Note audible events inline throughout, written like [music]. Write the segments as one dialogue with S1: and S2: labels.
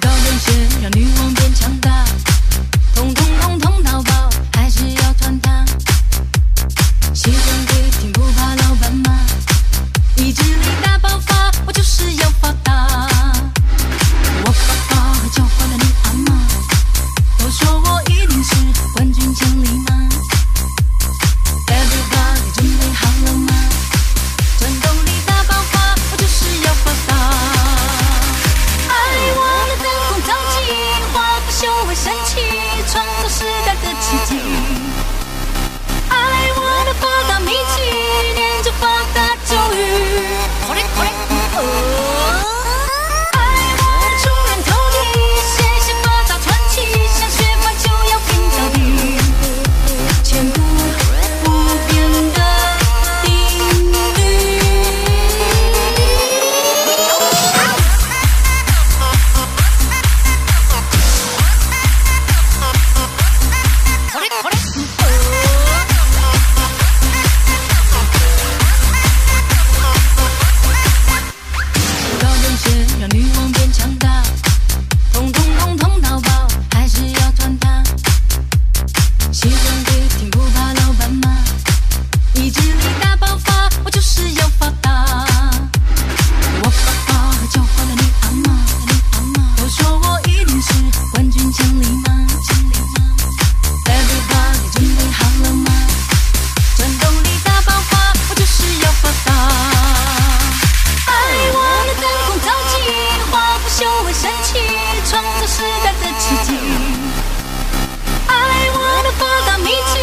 S1: 高跟鞋让女王变强大，通通通通到爆，还是要穿它。西装笔挺不怕老板骂，意志力大爆发，我就是要发达。我爸爸和教坏了你阿妈，都说我一定是冠军千里马。Everybody 准备好了吗？战斗力大爆发，我就是要发达。爱我的灯光早起，化腐朽为神奇，创造时代的奇迹。爱我的发达秘籍，念着发达咒语。これこれ哦爱我的出人头地，写下发达传奇，想学坏就要拼到底。千古不变的定律。これこれ高跟鞋让女王变强大，通通通通到爆，还是要穿它。西装笔挺不怕老板骂，意志力大爆发，我就是要发达。我爸爸和教坏了你阿妈，你阿妈都说我一定是冠军千里马，千里马。Everybody 准备好了吗？战斗力大爆发，我就是要发达！爱我的灯光早起，化腐朽为神奇，创造时代的奇迹。爱我的发达秘籍，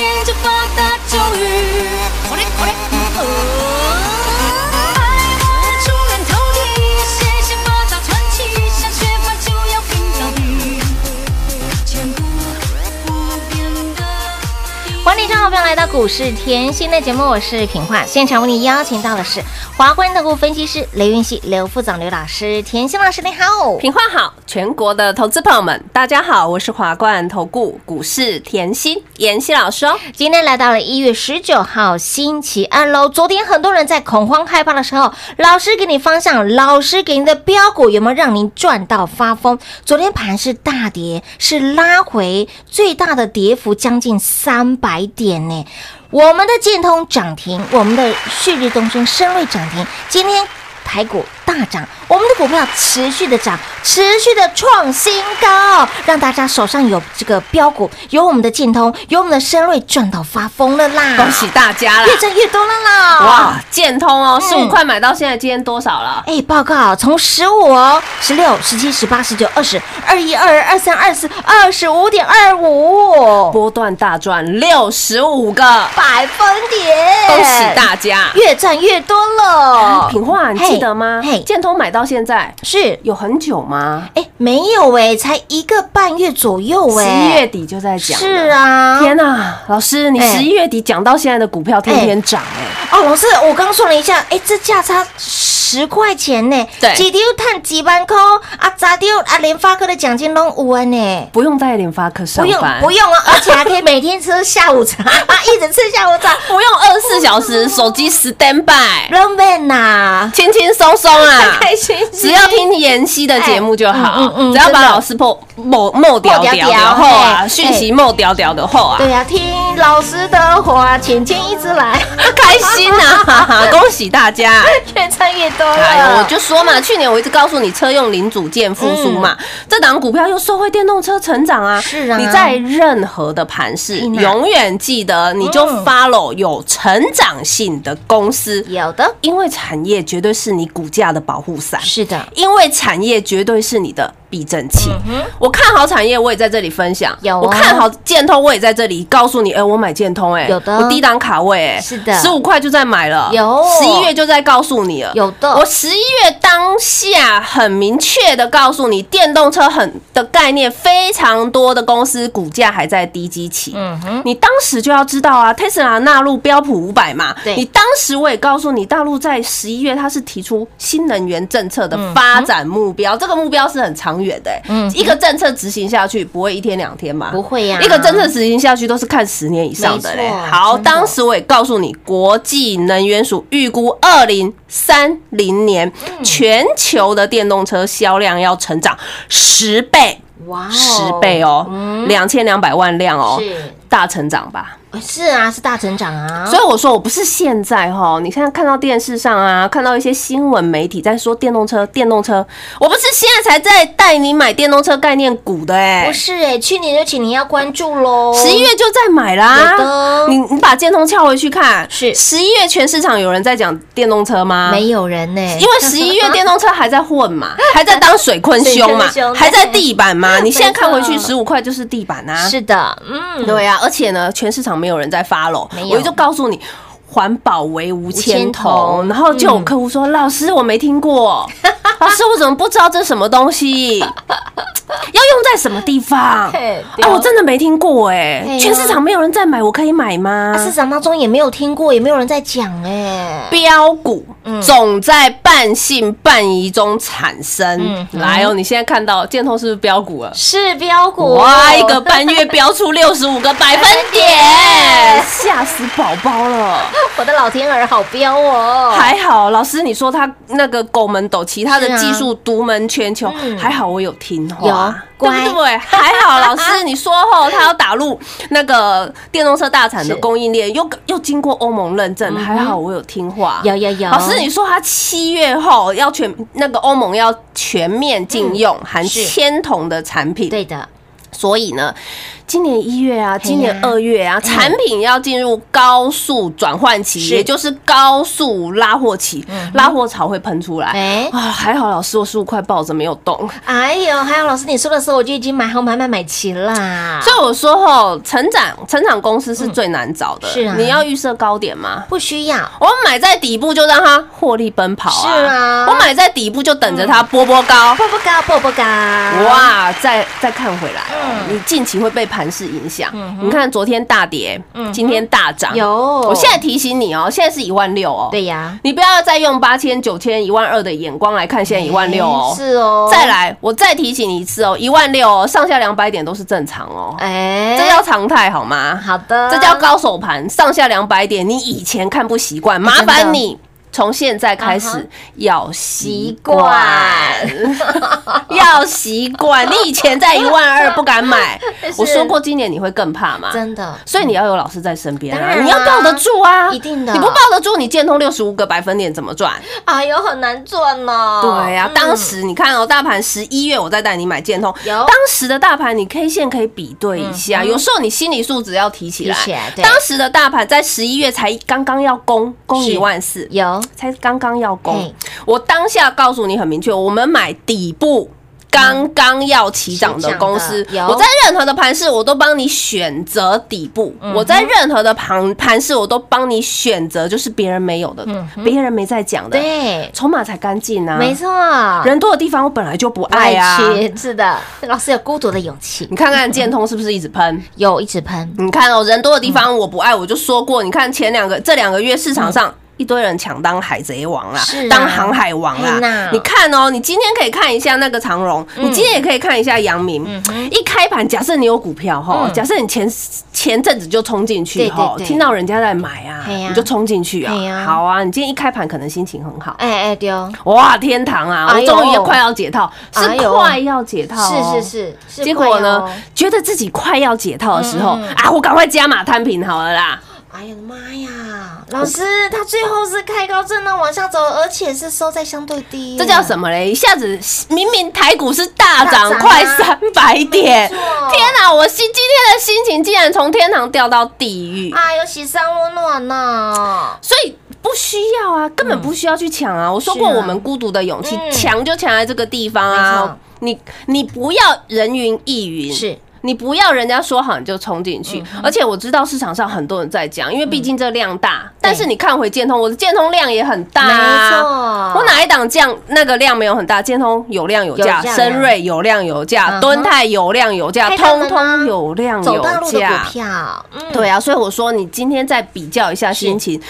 S1: 念着发达咒语。これこれ哦爱我的出人头地，写下发达传奇，想学坏就要拼到底。千古不变的。
S2: 欢迎听众朋友来到股市甜心的节目，我是品化，现场为你邀请到的是华冠投顾分析师雷云熙、刘副总、刘老师、甜心老师，你好。
S3: 品话好，全国的投资朋友们，大家好，我是华冠投顾股市甜心妍希老师哦。
S2: [laughs] 今天来到了一月十九号星期二喽。昨天很多人在恐慌害怕的时候，老师给你方向，老师给您的标股有没有让您赚到发疯？昨天盘是大跌，是拉回，最大的跌幅将近三百点呢。我们的建通涨停，我们的旭日东升深瑞涨停，今天台股大涨，我们的股票持续的涨，持续的创新高，让大家手上有这个标股，有我们的建通，有我们的深瑞赚到发疯了啦！
S3: [laughs] 恭喜大家啦！
S2: 越赚越多了啦！哇！
S3: 哇，建通哦，十五
S2: 嗯
S3: 块买到现在，今天多少了？
S2: 哎，报告，从十五、哦、十六、十七、十八、十九、二十二、一、二二、二三、二四、二十五点二五，
S3: 波段大赚六十五个，
S2: 百分点，
S3: 恭喜大家！
S2: 越赚越多了。
S3: 品话，你记得吗
S2: 嘿？嘿
S3: 建通买到现在
S2: 是
S3: 有很久吗？
S2: 哎，没有哎、才一个半月左右
S3: 十
S2: 哎、
S3: 一月底就在讲了，
S2: 是啊，
S3: 天哪，老师，你
S2: 哎
S3: 十一月底讲到现在的股票天天涨哎。
S2: 哦，老师，我刚算了一下，哎，这价差十块钱呢，
S3: 对
S2: 几丢碳几万块啊，砸丢啊，联发科的奖金拢五万呢。
S3: 不用在联发科
S2: 不
S3: 上
S2: 用
S3: 班，
S2: 不用啊，而且还可以每天吃下午茶，啊，一直吃下午
S3: [laughs]
S2: 茶，
S3: 不用二十四小时手机 stand by，
S2: 浪漫呐！
S3: 轻轻松松啊，
S2: [laughs] 开心
S3: 只要听妍希的节目就
S2: 哎
S3: 好，
S2: 嗯嗯嗯
S3: 只要
S2: 真
S3: 把
S2: 的
S3: 老师破某某屌屌的后
S2: 嘿
S3: 啊，讯息某屌屌的后啊，
S2: 哎对呀、听老师的话，钱钱一直来，
S3: [laughs] 开心啊，
S2: [laughs]
S3: 哈哈恭喜大家！
S2: 越赚越多
S3: [laughs] 哎呦，
S2: 了。
S3: 我就说嘛，去年我一直告诉你车用零组件复苏嘛，这档股票又收回电动车成长啊。
S2: 嗯是啊
S3: 你在任何的盘市，
S2: 嗯啊
S3: 永远记得你就
S2: 嗯
S3: follow 有成长性的公司，
S2: 有的
S3: 因为产业绝对是你股价的保护伞，
S2: 是的，
S3: 因为产业绝对是你的避震器。我看好产业，我也在这里分享。
S2: 嗯有哦
S3: 我看好建通，我也在这里告诉你，哎，我买建通，哎，
S2: 有的
S3: 我低档卡位，哎，
S2: 是的
S3: 十五块就在买了，
S2: 有
S3: 十一月就在告诉你了，
S2: 有的
S3: 我十一月当下很明确的告诉你，电动车很的概念非常多的公司股价还在低基期，
S2: 嗯哼，
S3: [laughs] 你当时就要知道啊，Tesla 纳入标普五百嘛。
S2: 对
S3: 你当时我也告诉你，大陆在十一月它是提出新能源政策的发展目标，这个目标是很长远的、欸。
S2: 嗯
S3: 一个政策执行下去不会一天两天嘛？
S2: 不会呀、啊
S3: 一个政策执行下去都是看十年以上的嘞
S2: 没错。
S3: 好，
S2: 真的
S3: 当时我也告诉你，国际能源署预估二零三零年
S2: 嗯
S3: 全球的电动车销量要成长十倍，
S2: 哇哦嗯
S3: 十倍哦，两千两百万辆哦，
S2: 是
S3: 大成长吧。
S2: 呃是啊，是大成长啊，
S3: 所以我说，我不是现在哈，你现在看到电视上啊，看到一些新闻媒体在说电动车，电动车，我不是现在才在带你买电动车概念股的哎、
S2: 不是哎、去年就请您要关注喽，
S3: 十一月就在买啦。
S2: 有的
S3: 你你把建通撬回去看，
S2: 是
S3: 十一月全市场有人在讲电动车吗？
S2: 没有人欸呢、
S3: 因为十一月电动车还在混嘛，还在当水困凶嘛
S2: 水困，凶
S3: 还在地板嘛。你现在看回去，
S2: 没错
S3: 十五块就是地板啊。
S2: [laughs] 是的，嗯，
S3: [laughs] 对啊，而且呢，全市场没有人在发喽
S2: 没，有
S3: 我就告诉你。环保为无
S2: 牵
S3: 牵
S2: 头
S3: 头，然后就有客户说：“老师，我没听过，
S2: [laughs]
S3: 老师，我怎么不知道这什么东西？要用在什么地方？啊
S2: 嘿，对哦
S3: 我真的没听过哎
S2: 嘿，啊
S3: 全市场没有人在买，我可以买吗
S2: 啊、？市场当中也没有听过，也没有人在讲哎、
S3: 标股
S2: 嗯
S3: 总在半信半疑中产生
S2: 嗯。
S3: 来哦，你现在看到建通是不是标股了？
S2: 是标股，
S3: 哇，一个半月飙出六十五个百分点，吓死宝宝了！
S2: 我的老天儿好标哦，
S3: [laughs] 还好，老师你说他那个狗门抖，其他的
S2: 是啊
S3: 技术独门全球，
S2: 嗯
S3: 还好我有听
S2: 有
S3: 话，
S2: 乖
S3: 对不对？还好，老师你说后他要打入那个电动车大厂的供应链，又又经过欧盟认证，还好嗯我有听话。
S2: 有有有，
S3: 老师，你说他七月后要全那个欧盟要全面禁用含
S2: 是
S3: 铅铜的产品，
S2: 对的，
S3: 所以呢，今年一月啊，今年二月啊，
S2: 嗯
S3: 产品要进入高速转换期，
S2: 是嗯
S3: 也就是高速拉货期，拉货潮会喷出来。
S2: 哎、
S3: 啊，还好老师，我十五块抱着没有动。
S2: 哎呦，还有老师你说的时候，我就已经买好买买买齐啦，
S3: 所以我说吼，成长成长公司是最难找的，
S2: 嗯是啊
S3: 你要预设高点吗？
S2: 不需要，
S3: 我买在底部就让它获利奔跑啊！
S2: 是啊
S3: 我买在底部就等着它波波高。
S2: 波波高，波波高，哇，
S3: 哇，再再看回来哦，
S2: 嗯
S3: 你近期会被盘势影响。你看昨天大跌，今天大涨，
S2: 嗯有，
S3: 我现在提醒你哦，现在是一万六哦，，
S2: 对呀，
S3: 你不要再用八千、九千、一万二的眼光来看现在一万六哦
S2: 哎。是哦，
S3: 再，来，我再提醒你一次哦，一万六哦，上下两百点都是正常哦，
S2: 哎，
S3: 这叫常态好吗？
S2: 好啊的，
S3: 这叫高手盘，上下两百点，你以前看不习惯，
S2: 哎
S3: 麻烦你。从现在开
S2: 嗯
S3: 始要习
S2: 惯
S3: 惯， [laughs] 要习惯。你以前在一万二不敢买，
S2: [laughs]
S3: 我说过今年你会更怕嘛？
S2: 真的，
S3: 所以你要有老师在身边
S2: 当
S3: 啊，
S2: 然
S3: 你要
S2: 啦
S3: 抱得住啊，
S2: 一定的
S3: 你不抱得住，你建通六十五个百分点怎么赚？
S2: 哎呦，很难赚哦。
S3: 对呀、
S2: 嗯
S3: 当时你看哦，大盘十一月我再带你买建通，
S2: 有嗯
S3: 当时的大盘你 K 线可以比对一下，有时候你心理素质要提起来
S2: 提起来。对
S3: 当时的大盘在十一月才刚刚要攻攻
S2: 是
S3: 一万四，
S2: 有
S3: 才刚刚要攻
S2: 嘿。
S3: 我当下告诉你很明确，我们买底部。刚刚要起涨的公司
S2: 嗯起涨的有，
S3: 我在任何的盘势我都帮你选择底部，
S2: 嗯
S3: 我在任何的盘盘势我都帮你选择，就是别人没有的，别人没在讲
S2: 嗯
S3: 的，
S2: 对，
S3: 筹码才干净啊，
S2: 没错，
S3: 人多的地方我本来就不
S2: 不
S3: 爱啊。
S2: 去是的，老师有孤独的勇气
S3: 你，看看建通是不是一直喷？
S2: 有一直喷，
S3: 你看哦，人多的地
S2: 嗯
S3: 方我不爱，我就说过。你看前两个这两个月市场上。一堆人抢当海贼王啦
S2: 是啊，
S3: 当航海王
S2: 哎呐嗯
S3: 啦！你看哦，你今天可以看一下那个长荣，你今天也可以看一下阳明。一开盘，假设你有股票哈，
S2: 嗯
S3: 假设你前前阵子就冲进去哈
S2: 对对，对
S3: 听到人家在买啊，
S2: 嘿呀
S3: 你就冲进去
S2: 嘿呀
S3: 啊。好啊，你今天一开盘可能心情很好，
S2: 哎哎丢，
S3: 哇，天堂啊！
S2: 哎
S3: 我
S2: 呦
S3: 终于也快要解套，是
S2: 哎呦
S3: 快要解套哦，
S2: 是是是，
S3: 结果呢
S2: 是快哦，
S3: 觉得自己快要解套的时候
S2: 嗯
S3: 啊，我赶快加码摊平好了啦。
S2: 哎呀妈呀，老师他最后是开高震荡往下走，而且是收在相对低，
S3: 这叫什么嘞？一下子明明台股是大
S2: 大涨
S3: 涨
S2: 啊
S3: 快三百点，
S2: 没错
S3: 天哪！我心今天的心情竟然从天堂掉到地狱，
S2: 哎呦，喜上温暖呐，
S3: 所以不需要啊，根本不需要去抢啊。我说过，
S2: 是啊
S3: 我们孤独的勇气
S2: 嗯，
S3: 强就强在这个地方
S2: 没
S3: 啊
S2: 错。
S3: 你你不要人云亦云，
S2: 是
S3: 你不要人家说好你就冲进
S2: 嗯
S3: 去。而且我知道市场上很多人在讲，因为毕竟这量大，但是你看回建通，我的建通量也很大、啊，
S2: 没错
S3: 我哪一档降那个量没有很大？建通有量有价，
S2: 有价
S3: 深瑞有量有
S2: 嗯
S3: 价，
S2: 哼
S3: 敦泰有量有价，
S2: 太棒了
S3: 通通有量
S2: 啊走
S3: 有
S2: 大路的
S3: 价
S2: 股。票，嗯，
S3: 对啊，所以我说你今天再比较一下心情，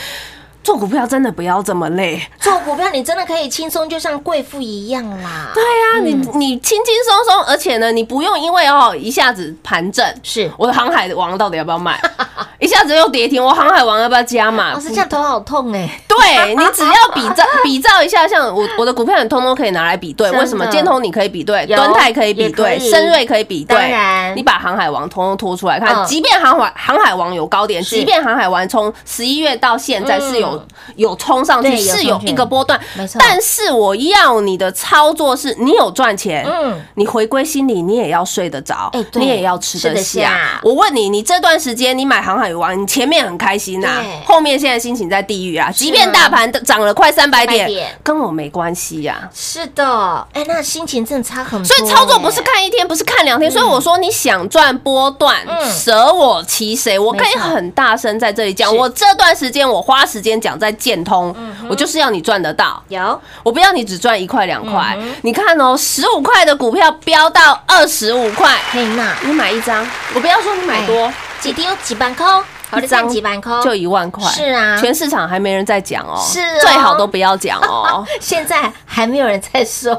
S3: 做股票真的不要这么累。
S2: 做股票你真的可以轻松，就像贵妇一样啦。
S3: 对啊，你
S2: 嗯
S3: 你轻轻松松，而且呢，你不用因为哦一下子盘整，
S2: 是
S3: 我的航海王到底要不要买， [laughs] 一下子又跌停，我航海王要不要加码？
S2: 老师这样头好痛
S3: 欸
S2: 哎，
S3: 对你只要比照 [laughs] 比照一下，像我我的股票，你通通可以拿来比对。
S2: 真的
S3: 为什么？建通你可以比对，
S2: 有
S3: 敦泰可以比
S2: 也
S3: 对，
S2: 可以
S3: 深瑞可以比对。
S2: 当然
S3: 你把航海王通通拖出来看，
S2: 嗯
S3: 即便航海航海王有高点，
S2: 是
S3: 即便航海王从十一月到现在是有
S2: 嗯
S3: 有冲上去，
S2: 对有
S3: 是
S2: 冲
S3: 有
S2: 去
S3: 一个波段
S2: 没错，
S3: 但是我要你的操作是你有赚钱，
S2: 嗯，
S3: 你回归心里，你也要睡得着
S2: 哎，对
S3: 你也要吃得
S2: 吃得下
S3: 下。我问你，你这段时间你买航海王，你前面很开心呐
S2: 对，
S3: 后面现在心情在地狱啊。即便大盘涨了快三百
S2: 300点
S3: 点，跟我没关系呀。
S2: 是的，哎，那心情真的差很多。嗯
S3: 所以操作不是
S2: 哎
S3: 看一天，不是看两天。所以我说，你想赚波段，舍我其谁？我可
S2: 嗯没
S3: 以
S2: 错
S3: 很大声在这里讲，
S2: 是嗯
S3: 我这段时间我花时间讲在建通，我就是要你赚得到。
S2: 有
S3: 我不要你只赚一块两块，
S2: 嗯
S3: 你看哦，十五块的股票飙到二十五块，
S2: 可以那
S3: 你买一张，我不要说你买多，
S2: 几丢几万块，好的，赚几万块，
S3: 就一万块。
S2: 是啊
S3: 全市场还没人在讲哦，
S2: 是哦
S3: 最好都不要讲
S2: [laughs]
S3: 哦，
S2: 现在还没有人在
S3: [laughs]
S2: 说，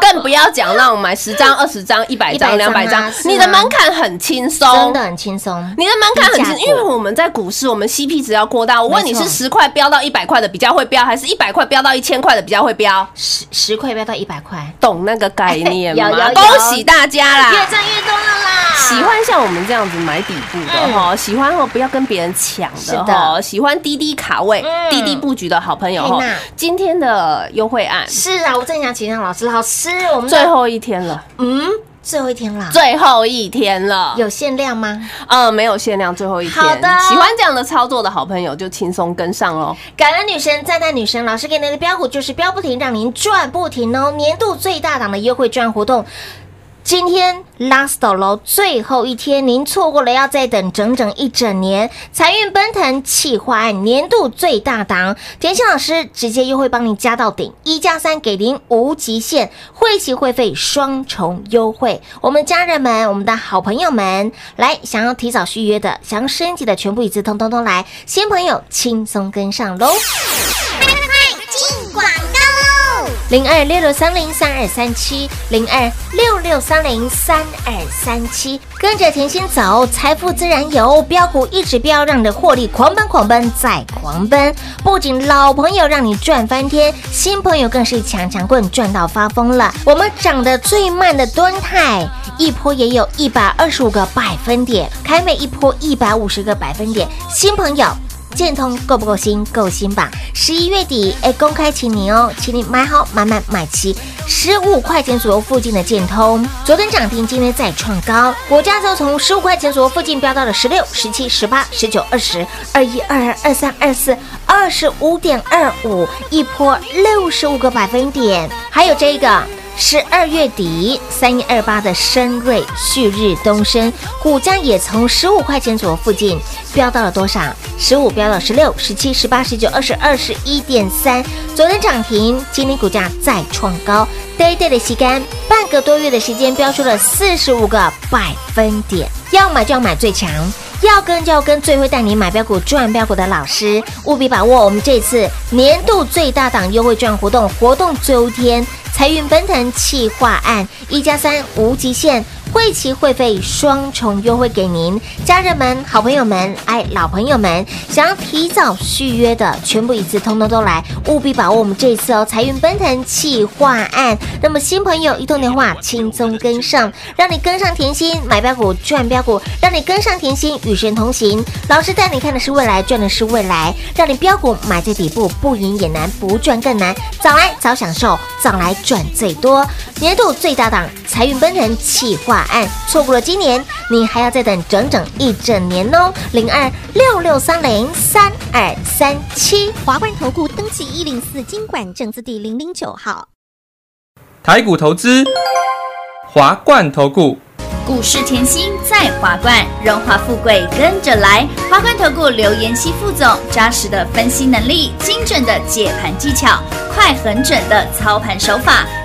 S3: 更不要讲那我买十张、二十张、一百
S2: 100
S3: 张、
S2: 张
S3: 两
S2: 啊
S3: 百张
S2: 是，啊
S3: 你的门槛很轻
S2: 真
S3: 松
S2: 的。很轻松。
S3: 你的门槛很
S2: 低价
S3: 轻，
S2: 股
S3: 因为我们在股市，我们 CP 值要扩大。我问你
S2: 没错
S3: 是十块飙到一百块的比较会飙，还是一百块飙到一千块的比较会飙？
S2: 十十块不要到一百块，
S3: 懂那个概念
S2: [laughs] 有有
S3: 吗？
S2: 有
S3: 恭喜大家啦！
S2: 越赚越多了啦！
S3: 啊喜欢像我们这样子买底部的哈，喜欢哦不要跟别人抢
S2: 嗯是
S3: 的
S2: 的
S3: 哈，喜欢滴滴卡位
S2: 嗯、
S3: 滴滴布局的好朋友哈
S2: 嘿呐，
S3: 今天的优惠案
S2: 是啊，我正想请教老师，老师，我们的
S3: 最后一天了，
S2: 嗯最后一天啦，
S3: 最后一天了，
S2: 有限量吗？
S3: 嗯，没有限量，最后一天。
S2: 好的
S3: 喜欢这样的操作的好朋友就轻松跟上哦喽。
S2: 感恩女神，赞叹女神，老师给您的标股就是标不停，让您赚不停哦！年度最大档的优惠券活动。今天 last 喽，最后一天，您错过了要再等整整一整年。财运奔腾企划案年度最大档，田心老师直接优惠帮您加到顶，一加三给您无极限，会期会费双重优惠。我们家人们，我们的好朋友们，来想要提早续约的，想要升级的，全部一次通通通来，新朋友轻松跟上喽。零二六六三零三二三七，零二六六三零三二三七，跟着甜心走，财富自然有。标股一指标，让你的获利狂奔、狂奔再狂奔。不仅老朋友让你赚翻天，新朋友更是强强棍赚到发疯了。我们涨得最慢的敦泰，一波也有一百二十五个百分点，凯美一波一百五十个百分点，新朋友。建通够不够新？够新吧！十一月底，哎，公开请你哦，请你买好买满买齐，十五块钱左右附近的建通，昨天涨停，今天再创高，股价就从十五块钱左右附近飙到了十六、十七、十八、十九、二十二、一、二二、二三、二四、二十五点二五，一波六十五个百分点，还有这个。十二月底，三一二八的深瑞旭日东升，股价也从十五块钱左右附近飙到了多少？十五飙到十六、十七、十八、十九、二十二、十一点三。昨天涨停，今天股价再创高。Day Day 的吸干，半个多月的时间飙出了四十五个百分点。要买就要买最强，要跟就要跟最会带你买标股赚标股的老师，务必把握我们这次年度最大档优惠券活动，活动最后一天，财运奔腾企划案一加三无极限。会期会费双重优惠给您，家人们、好朋友们、哎老朋友们，想要提早续约的，全部一次通通都来，务必把握我们这一次哦！财运奔腾企划案，那么新朋友一通电话轻松跟上，让你跟上甜心买标股赚标股，让你跟上甜心与神同行。老师带你看的是未来，赚的是未来，让你标股买在底部，不赢也难，不赚更难。早来早享受，早来赚最多。年度最大档财运奔腾企划案，错过了今年，你还要再等整整一整年哦。零二六六三零三二三七华冠投顾登记一零四经管证字第零零九号。
S4: 台股投资，华冠投顾。
S5: 股市甜心在华冠，荣华富贵跟着来。华冠投顾刘延熙副总，扎实的分析能力，精准的解盘技巧，快狠准的操盘手法，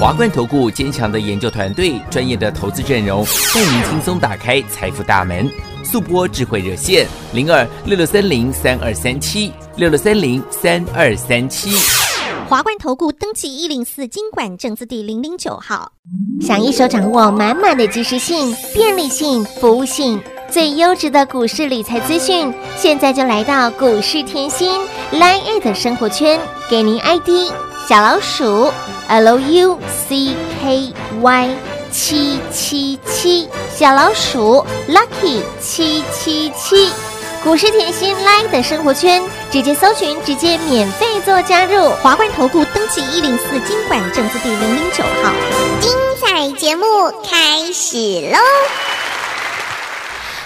S6: 华冠投顾坚强的研究团队，专业的投资阵容，带您轻松打开财富大门。速播智慧热线零二六六三零三二三七六六三零三二三七。
S7: 华冠投顾登记一零四经管证字第零零九号。
S2: 想一手掌握满满的及时性、便利性、服务性，最优质的股市理财资讯，现在就来到股市甜心 Line A 的生活圈，给您 ID 小老鼠 Lucky 七七七，小老鼠 Lucky 七七七。股市甜心 Line 的生活圈，直接搜寻，直接免费做加入。
S7: 华冠投顾登记一零四经管证字第零零九号。精彩节目开始喽！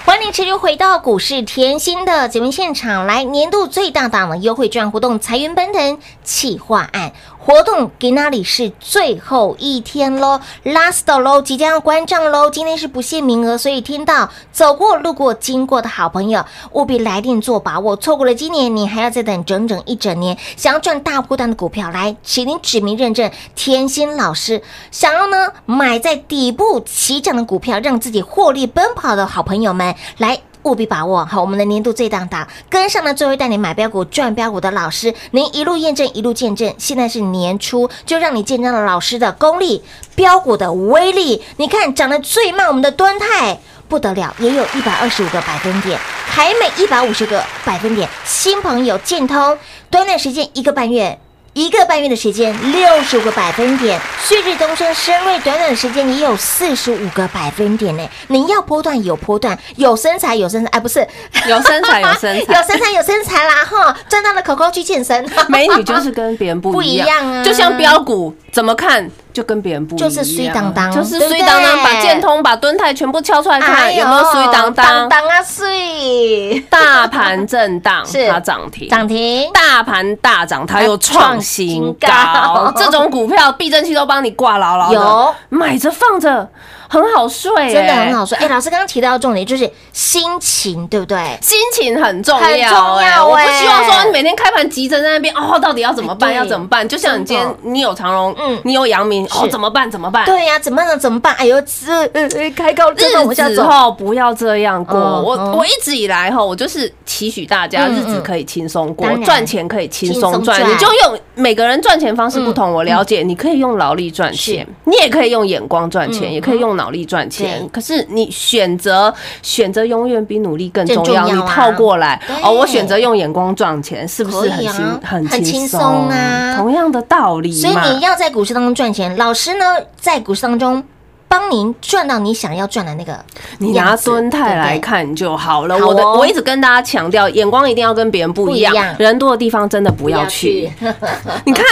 S2: 欢迎持续回到股市甜心的节目现场，来年度最大档的优惠券活动——财源奔腾企划案活动，给那里是最后一天喽，last 喽，即将要关账喽。今天是不限名额，所以听到走过、路过、经过的好朋友，务必来电做把握。错过了今年，你还要再等整整一整年。想要赚大波段的股票，来，请您指名认证甜心老师。想要呢买在底部起涨的股票，让自己获利奔跑的好朋友们，来。务必把握好我们的年度最大档，跟上了最会带你买标股、赚标股的老师，您一路验证一路见证。现在是年初，就让你见证了老师的功力、标股的威力。你看涨得最慢，我们的端泰不得了，也有一百二十五个百分点，还每一百五十个百分点。新朋友建通，短短时间一个半月。一个半月的时间，六十五个百分点；旭日东升、深瑞，短短的时间也有四十五个百分点呢。你要波段有波段，有身材有身材，哎，不是
S3: 有身材有身材
S2: [laughs] 有身材有身材啦哈！赚到了口口去健身，
S3: 美女就是跟别人不一样，
S2: 不一样啊
S3: 就像标股怎么看就跟别人不一样，
S2: 就是水当当
S3: 就是
S2: 对不
S3: 水
S2: 对
S3: 当当，把建通、把敦泰全部敲出来看，啊有没有水当当？
S2: 哎当啊水
S3: 大盘震荡，
S2: [laughs] 是
S3: 它涨停，
S2: 涨停，
S3: 大盘大涨，它又创新
S2: 创
S3: 高
S2: 新高，
S3: [laughs] 这种股票避震器都帮你挂牢牢的，
S2: 有
S3: 买着放着很好睡、欸，
S2: 真的很好。说。哎，老师刚刚提到的重点就是心情，对不对？
S3: 心情很重要、
S2: 很重要
S3: 欸我不希望
S2: 欸
S3: 说你每天开盘急着在那边哦，到底要怎么办？
S2: 哎对
S3: 要怎么办？就像你今
S2: 真
S3: 天
S2: 的
S3: 你有长荣，
S2: 嗯
S3: 嗯，你有阳明，哦
S2: 是，
S3: 怎么办？怎么办？
S2: 对呀，怎么办呢？怎么办？哎呦，这呃呃开高，这个往
S3: 日
S2: 下
S3: 子
S2: 走。
S3: 后不要这样过。
S2: 嗯嗯
S3: 我我一直以来哈，我就是期许大家
S2: 嗯嗯
S3: 日子可以轻松过
S2: 当然，
S3: 赚钱可以轻松赚。
S2: 轻松赚
S3: 你就用每个人赚钱方式不同，我了解。你可以用劳力赚钱，你也可以用眼光赚
S2: 嗯
S3: 钱，也可以用脑力赚钱
S2: 对。
S3: 可是你选择选择永远比努力更重
S2: 更重要啊
S3: 要。你套过来
S2: 对
S3: 哦，我选择用眼光赚钱，是不是
S2: 可以
S3: 很
S2: 啊
S3: 轻
S2: 很
S3: 很
S2: 轻
S3: 轻
S2: 松
S3: 松
S2: 啊
S3: 同样的道理
S2: 所以
S3: 嘛。
S2: 你要在股市当中赚钱，老师呢在股市当中帮您赚到你想要赚的那个样子，
S3: 你拿蹲泰来
S2: 对不对，
S3: 看就好了。
S2: 好哦
S3: 我的我一直跟大家强调，眼光一定要跟别人不一样
S2: 不一样，
S3: 人多的地方真的不
S2: 不
S3: 要去。 [laughs] 你看，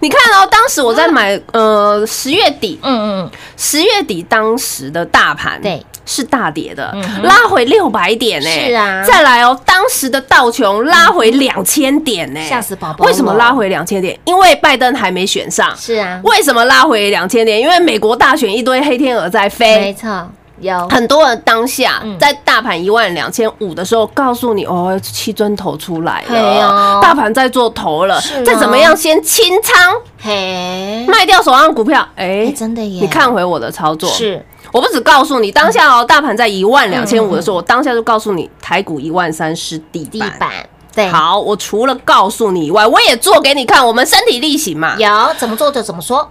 S3: 你看哦，当时我
S2: [laughs]
S3: 在买，呃，十月底，
S2: 嗯嗯，
S3: 十月底当时的大盘
S2: 对嗯
S3: 是大跌的，拉回六百点呢、
S2: 是啊嗯
S3: 再来哦，当时的道琼拉回两千点呢、
S2: 吓死宝宝了
S3: 哎为什么拉回两千点？因为拜登还没选上。
S2: 是啊，
S3: 为什么拉回两千点？因为美国大选一堆黑天鹅在飞，
S2: 没错，有
S3: 很多人当下
S2: 哦嗯
S3: 在大盘一万两千五的时候，告诉你哦，七尊头出来
S2: 嘿哦
S3: 了，大盘在做头了
S2: 是啊，
S3: 再怎么样先清仓
S2: 嘿，
S3: 卖掉手上的股票，哎
S2: 哎，真的耶，
S3: 你看回我的操作，
S2: 是嗯
S3: 我不只告诉你当下哦，大盘在一万两千五的时候，我当下就告诉你台股一万三是地
S2: 地
S3: 板。
S2: 板对，
S3: 好，我除了告诉你以外，我也做给你看，我们身体力行嘛，
S2: 有怎么做就怎么说，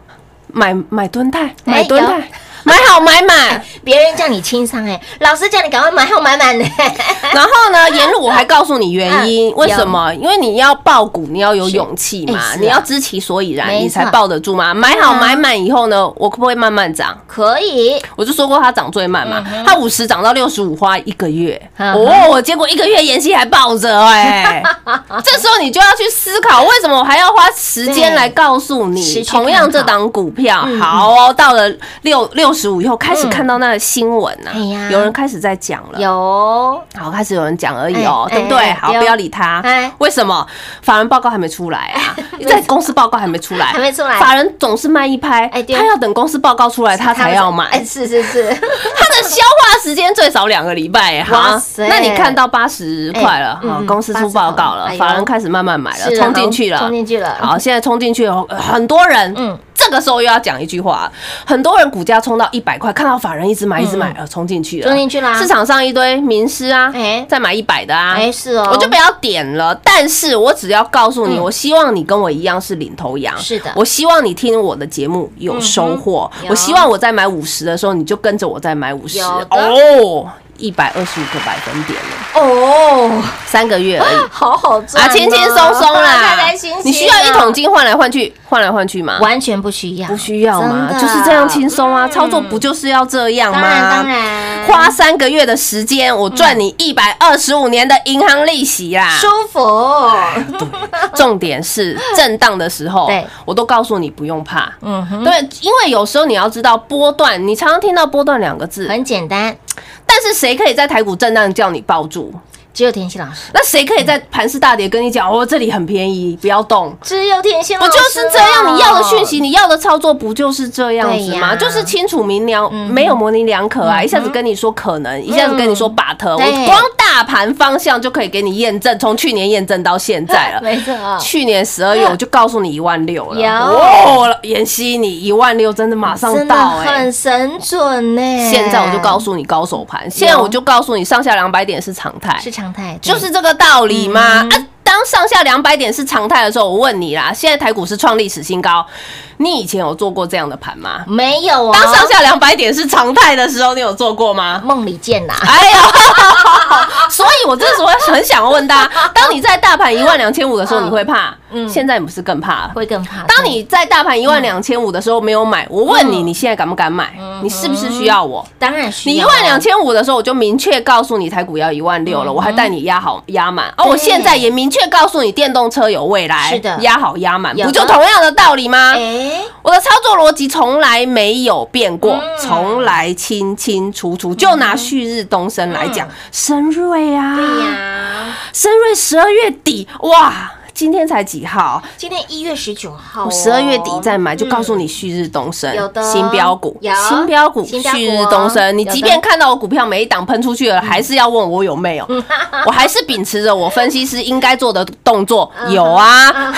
S3: 买买蹲泰，
S2: 哎
S3: 买蹲
S2: 有
S3: 泰。买好买
S2: [laughs]
S3: 满。
S2: 别人叫你轻伤哎，老师叫你赶快买好买满呢。 [laughs]
S3: 然后呢，沿路我还告诉你原因，
S2: 嗯
S3: 为什么？因为你要爆股，你要有
S2: 是
S3: 勇气嘛
S2: 哎是啊，
S3: 你要知其所以然，
S2: 没错
S3: 你才抱得住嘛。买好买满以后呢，我可不可以慢慢涨？
S2: 可以，
S3: 我就说过它涨最慢嘛，它五十涨到六十五花一个月，
S2: 嗯
S3: 哦，我结果一个月延期还抱着哎，
S2: [laughs]
S3: 这时候你就要去思考，为什么我还要花时间
S2: 对
S3: 来告诉
S2: 持续
S3: 你？
S2: 看好嗯
S3: 同样这档股票，好哦，到了六六十五以后，开始看到那个新闻啊
S2: 哎呀，
S3: 有人开始在讲了，
S2: 有
S3: 好，开始有人讲而已哦，
S2: 哎
S3: 对不对？
S2: 哎哎
S3: 好，
S2: 对哦
S3: 不要理他。
S2: 哎
S3: 为什么法人报告还没出来
S2: [laughs]
S3: 啊？在公司报告还没出来，
S2: 还没出来
S3: 法人总是慢一拍，
S2: 哎对哦
S3: 他要等公司报告出来，他才要买
S2: 哎，。是是是，
S3: 他的消化时间最少两个礼拜耶，
S2: 哇
S3: 哈
S2: 塞
S3: 那你看到八十块了，
S2: 哎
S3: 哈
S2: 嗯
S3: 公司出报告
S2: 80
S3: 了
S2: 哎，呦
S3: 法人开始慢慢买了，
S2: 是啊
S3: 冲进去了，
S2: 冲进去了
S3: 好，现在冲进去以后，呃很多人，
S2: 嗯
S3: 嗯，这个时候又要讲一句话，很多人股价冲到一百块，看到法人一直买，一直买，呃，冲进去
S2: 嗯
S3: 了，
S2: 冲进去啦
S3: 市场上一堆名师啊
S2: 啊哎，
S3: 在买一百的啊，
S2: 哎是哦，
S3: 我就不要点了。但是我只要告诉你，
S2: 嗯
S3: 我希望你跟我一样是领头羊。
S2: 是的嗯
S3: 我希望你听我的节目有收获。
S2: 有
S3: 我希望我在买五十的时候，你就跟着我再买五十。
S2: 有的
S3: 哦，一百二十五个百分点了，
S2: 哦，
S3: 三个月而
S2: [gasps]
S3: 已。
S2: 好好赚
S3: 啊，轻轻松松啦，
S2: 开开心心啊，
S3: 你需要一桶金换来换去，换来换去吗？
S2: 完全不需要，
S3: 不需要吗
S2: 真？的嗯
S3: 就是这样轻松啊，操作不就是要这样吗？
S2: 当然当然，
S3: 花三个月的时间，我
S2: 嗯
S3: 赚你一百二十五年的银行利息啦！
S2: 舒服，
S3: 重点是震荡的时候
S2: 嗯对，
S3: 我都告诉你不用怕。
S2: 嗯哼，
S3: 对，因为有时候你要知道波段，你常常听到波段两个字，
S2: 很简单，
S3: 但是谁可以在台股震荡叫你抱住？
S2: 只有田心老师，
S3: 那谁可以在盘市大跌跟你讲哦，这里很便宜，不要动？
S2: 只有田心老
S3: 不
S2: 师，
S3: 就是这样？你要的讯息，。你要的操作，不就是这样子
S2: 啊对
S3: 吗？
S2: 呀嗯
S3: 就是清楚明了，没有模棱两可啊！一下子跟你说可能，一下子跟你说 but，
S2: 嗯对
S3: 我光大盘方向就可以给你验证，从去年验证到现
S2: [laughs]
S3: 在了。
S2: 没错，
S3: 去年
S2: [laughs]
S3: 十二月我就告诉你一万六了，
S2: 有
S3: 哦，妍希你一万六真的马上
S2: 真的
S3: 到哎、
S2: 很神准呢、
S3: 现在我就告诉你高手盘，现在我就告诉你上下两百点是常态
S2: 是，常态，对
S3: 就是这个道理嘛。
S2: 嗯
S3: 啊，当上下两百点是常态的时候，我问你啦，现在台股是创历史新高，你以前有做过这样的盘吗？
S2: 没有哦。
S3: 当上下两百点是常态的时候，你有做过吗？
S2: 梦里见
S3: [laughs]
S2: 啦，
S3: 哎呦，所以我这时候很想问大家，当你在大盘一万两千五的时候，你会怕？
S2: 嗯
S3: 现在你不是更怕了？
S2: 会更怕。
S3: 当你在大盘一万两千五的时候没有买，我问
S2: 嗯
S3: 你，你现在敢不敢买？你是不是需要我？
S2: 当然需要啊
S3: 你一万两千五的时候，我就明确告诉你台股要一万六了，我还带你压好压满。
S2: 嗯
S3: 哦，
S2: 对
S3: 我现在也明确告诉你电动车有未来，
S2: 是的
S3: 压好压满，
S2: 有的
S3: 不就同样的道理吗？
S2: 哎，
S3: 我的操作逻辑从来没有变过，
S2: 嗯
S3: 从来清清楚楚。就拿旭日东升来讲，深瑞
S2: 嗯
S3: 啊，
S2: 对呀，
S3: 深瑞十二月底，哇，今天才几号？
S2: 今天一月十九号哦，嗯
S3: 我十二月底再买，就告诉你旭日东升
S2: 有的
S3: 新标股
S2: 有，
S3: 新标股
S2: 新标股哦
S3: 旭日东升。你
S2: 有的嗯
S3: 即便看到我股票每一档喷出去了，还是要问我有没有，我还是秉持着我分析师应该做的动作，
S2: 嗯
S3: 有啊， [laughs]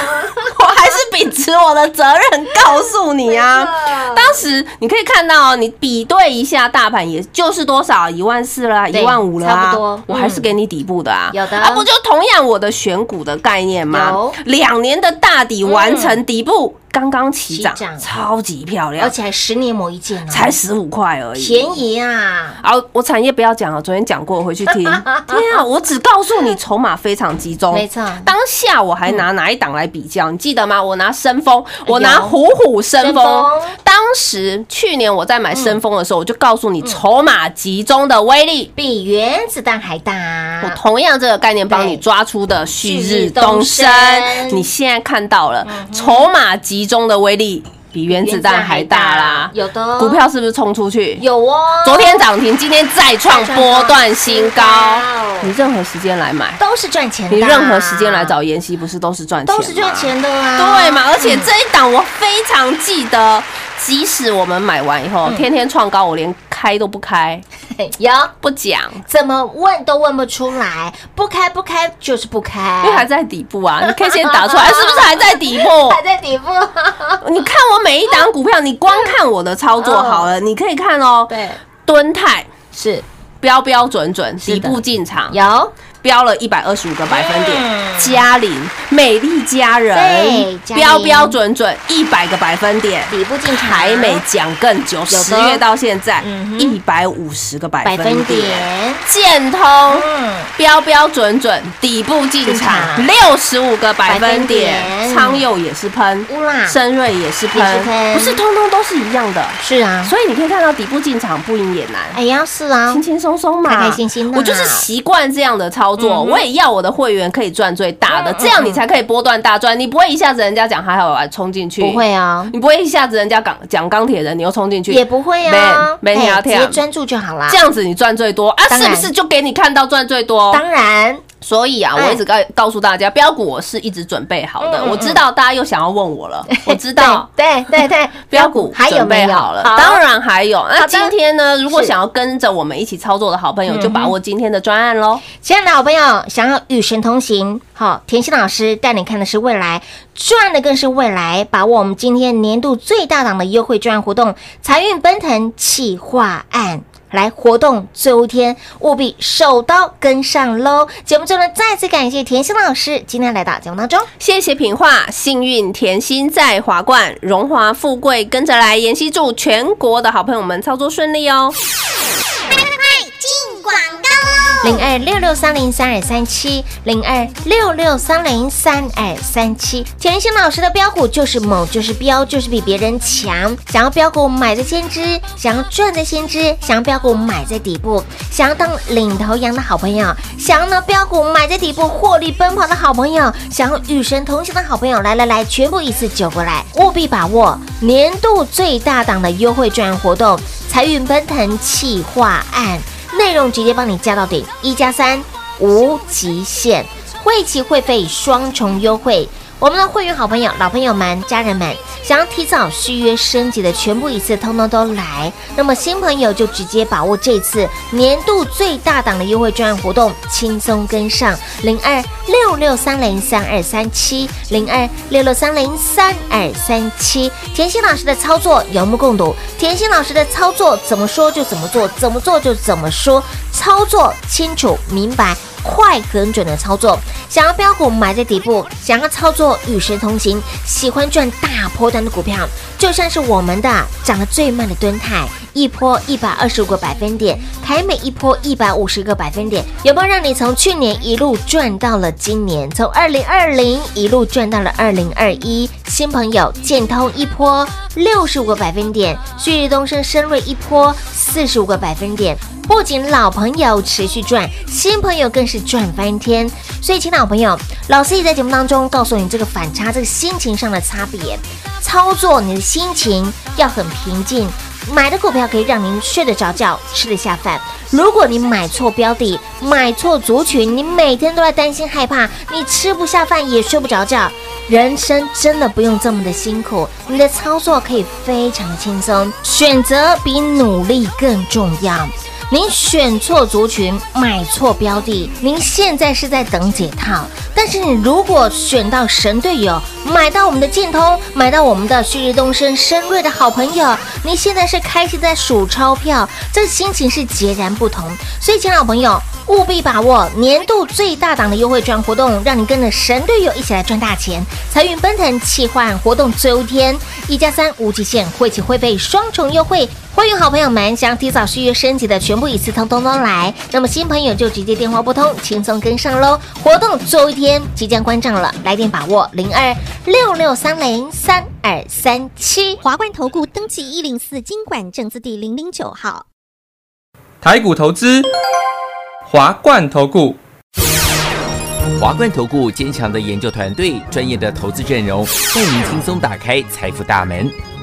S3: 我还是秉持我的责任告诉你
S2: 嗯
S3: 啊。当时你可以看到哦，你比对一下大盘，也就是多少一万四啦，
S2: 对
S3: 一万五啦，
S2: 差不多嗯
S3: 我还是给你底部的啊，
S2: 有的
S3: 啊，不就同样我的选股的概念吗
S2: 有？嗯
S3: 两年的大底完成底部，刚刚起涨
S2: 起涨，
S3: 超级漂
S2: 而
S3: 亮，
S2: 且还十年磨一剑哦，
S3: 才十五块而已，
S2: 便。宜啊，
S3: 啊，我产业不要讲了，昨天讲过，回去
S2: [laughs]
S3: 听。天啊，我只告诉你筹码非常集中，
S2: 没错
S3: 当下我还
S2: 嗯
S3: 拿哪一档来比较，你记得吗？我拿深丰，我拿虎虎生
S2: 哎深丰嗯
S3: 风。当时去年我在买深丰的时候，我就告诉你筹码集中的威力。
S2: 比原子弹还
S3: 我
S2: 大。啊
S3: 同样这个概念帮你
S2: 对
S3: 抓出的旭日东
S2: 旭日
S3: 升
S2: 东，升嗯
S3: 你现在看到了筹码集中的威力比原子弹还大啦。
S2: 啊有的
S3: 股票是不是冲出去？
S2: 有哦，
S3: 昨天涨停，今天再创波段新高
S2: 再创新高。
S3: 你任何时间来买，
S2: 哦都是赚钱的啊，
S3: 你任何时间来找妍希，不是都是赚钱？
S2: 都是赚。钱的啊，
S3: 对嘛？而且这一档我非常记得，即使我们买完以后，
S2: 嗯
S3: 天天创高，我连开都不开，
S2: 对， [laughs] 有
S3: 不讲。
S2: 怎么问都问不出来，不开不开就是不开，
S3: 因为还在底部啊，你可以先打
S2: [laughs]
S3: 出来，是不是还在底部？
S2: 还在底部，
S3: 你看我每一档股票，你光看我的操作好了，你可以看哦。
S2: 嗯对，
S3: 敦泰
S2: 是
S3: 标标准准，
S2: 是
S3: 底
S2: 的
S3: 部进场，
S2: 有
S3: 飙了一百二十五个百分点
S2: 嗯。
S3: 嘉玲，美丽佳人
S2: 对，嘉玲
S3: 标标准准一百个百分点。
S2: 底部进场，
S3: 台美讲更久，
S2: 有
S3: 十
S2: 的
S3: 月到现在
S2: 嗯哼
S3: 一百五十个百
S2: 百
S3: 分
S2: 分
S3: 点。
S2: 点，
S3: 建通
S2: 嗯，
S3: 标标准准底部进场
S2: 进
S3: 六十五个百分
S2: 百分
S3: 点，
S2: 点
S3: 昌佑也是喷，
S2: 乌啦，
S3: 深瑞也是
S2: 也是
S3: 喷，
S2: 喷
S3: 不是通通都是一样的。
S2: 是啊，
S3: 所以你可以看到底部进场不赢也难。
S2: 哎呀，是啊
S3: 轻，轻松松嘛，
S2: 开开心心呐
S3: 我就是习惯这样的操作，
S2: 嗯哼嗯
S3: 我也要我的会员可以赚最大的，这样你才可以波段大赚。你不会一下子人家讲还好啊冲进去，
S2: 不会啊，
S3: 你不会一下子人家讲讲钢铁人，你又冲进去，
S2: 也不会啊，
S3: 没没
S2: 哎
S3: 条
S2: 直
S3: 条
S2: 接专注就好啦。
S3: 这样子你赚最多啊？
S2: 当
S3: 是
S2: 然
S3: 不是就给你看到赚最多？
S2: 当然，
S3: 所以啊，
S2: 哎
S3: 我一直告告诉大家，标股我是一直准备好的
S2: 嗯嗯。嗯
S3: 我知道大家又想要问我
S2: [laughs]
S3: 了，我知道。
S2: 对对对对，
S3: [laughs] 标股
S2: 还有
S3: 准备
S2: 没有
S3: 好了，
S2: 好
S3: 当然还有。那
S2: 的
S3: 今天呢，如果
S2: 是
S3: 想要跟着我们一起操作的好朋友，
S2: 嗯
S3: 就把握今天的专案喽。
S2: 亲爱的好朋友，想要与神同行，好，甜心老师带你看的是未来，赚的更是未来，把握我们今天年度最大档的优惠专案活动——财运奔腾企划案。来活动最后一天，务必手刀跟上喽！节目最后呢，再次感谢甜心老师今天来到节目当中。
S3: 谢谢品画，幸运甜心在华冠，荣华富贵跟着来。妍希祝全国的好朋友们操作顺利哦。
S7: 进广告喽。
S2: 零二六六三零三二三七，零二六六三零三二三七。甜心老师的标股就是猛，就是标，就是比别人强。想要标股买在先知，想要赚在先知，想要标股买在底部，想要当领头羊的好朋友，想要呢标股买在底部获利奔跑的好朋友，想要与神同行的好朋友，来来来，全部一次揪过来，务必把握年度最大档的优惠券活动——财运奔腾企划案。内容直接帮你加到顶，一加三无极限，会期会费双重优惠。我们的会员好朋友、老朋友们、家人们，想要提早续约升级的，全部一次通通都来。那么新朋友就直接把握这次年度最大档的优惠专案活动，轻松跟上零二六六三零三二三七零二六六三零三二三七。甜心老师的操作有目共睹，甜心老师的操作怎么说就怎么做，怎么做就怎么说，操作清楚明白。快很准的操作，想要标股买在底部，想要操作与神同行，喜欢赚大波段的股票，就像是我们的涨得最慢的敦泰，一波一百二十五个百分点，台美一波一百五十个百分点，有没有让你从去年一路赚到了今年？从二零二零一路赚到了二零二一，新朋友建通一波六十五个百分点，旭日东升深瑞一波四十五个百分点。不仅老朋友持续赚，新朋友更是赚翻天。所以，亲老朋友，老师也在节目当中告诉你这个反差，这个心情上的差别。操作你的心情要很平静，买的股票可以让您睡得着觉，吃得下饭。如果你买错标的，买错族群，你每天都在担心害怕，你吃不下饭也睡不着觉。人生真的不用这么的辛苦，你的操作可以非常的轻松，选择比努力更重要。您选错族群，买错标的，您现在是在等解套。但是你如果选到神队友，买到我们的建通，买到我们的旭日东升、深瑞的好朋友，你现在是开心在数钞票，这心情是截然不同。所以，亲爱的朋友，务必把握年度最大档的优惠券活动，让你跟着神队友一起来赚大钱。财运奔腾企划案活动最后一天，一加三无极限，会起会费双重优惠。欢迎好朋友们想提早续约升级的，全部一次通通都来。那么新朋友就直接电话拨通，轻松跟上喽。活动最后一天即将关账了，来电把握零二六六三零三二三七。
S7: 华冠投顾登记一零四经管证字第零零九号。
S4: 台股投资，华冠投顾。
S6: 华冠投顾坚强的研究团队，专业的投资阵容，带您轻松打开财富大门。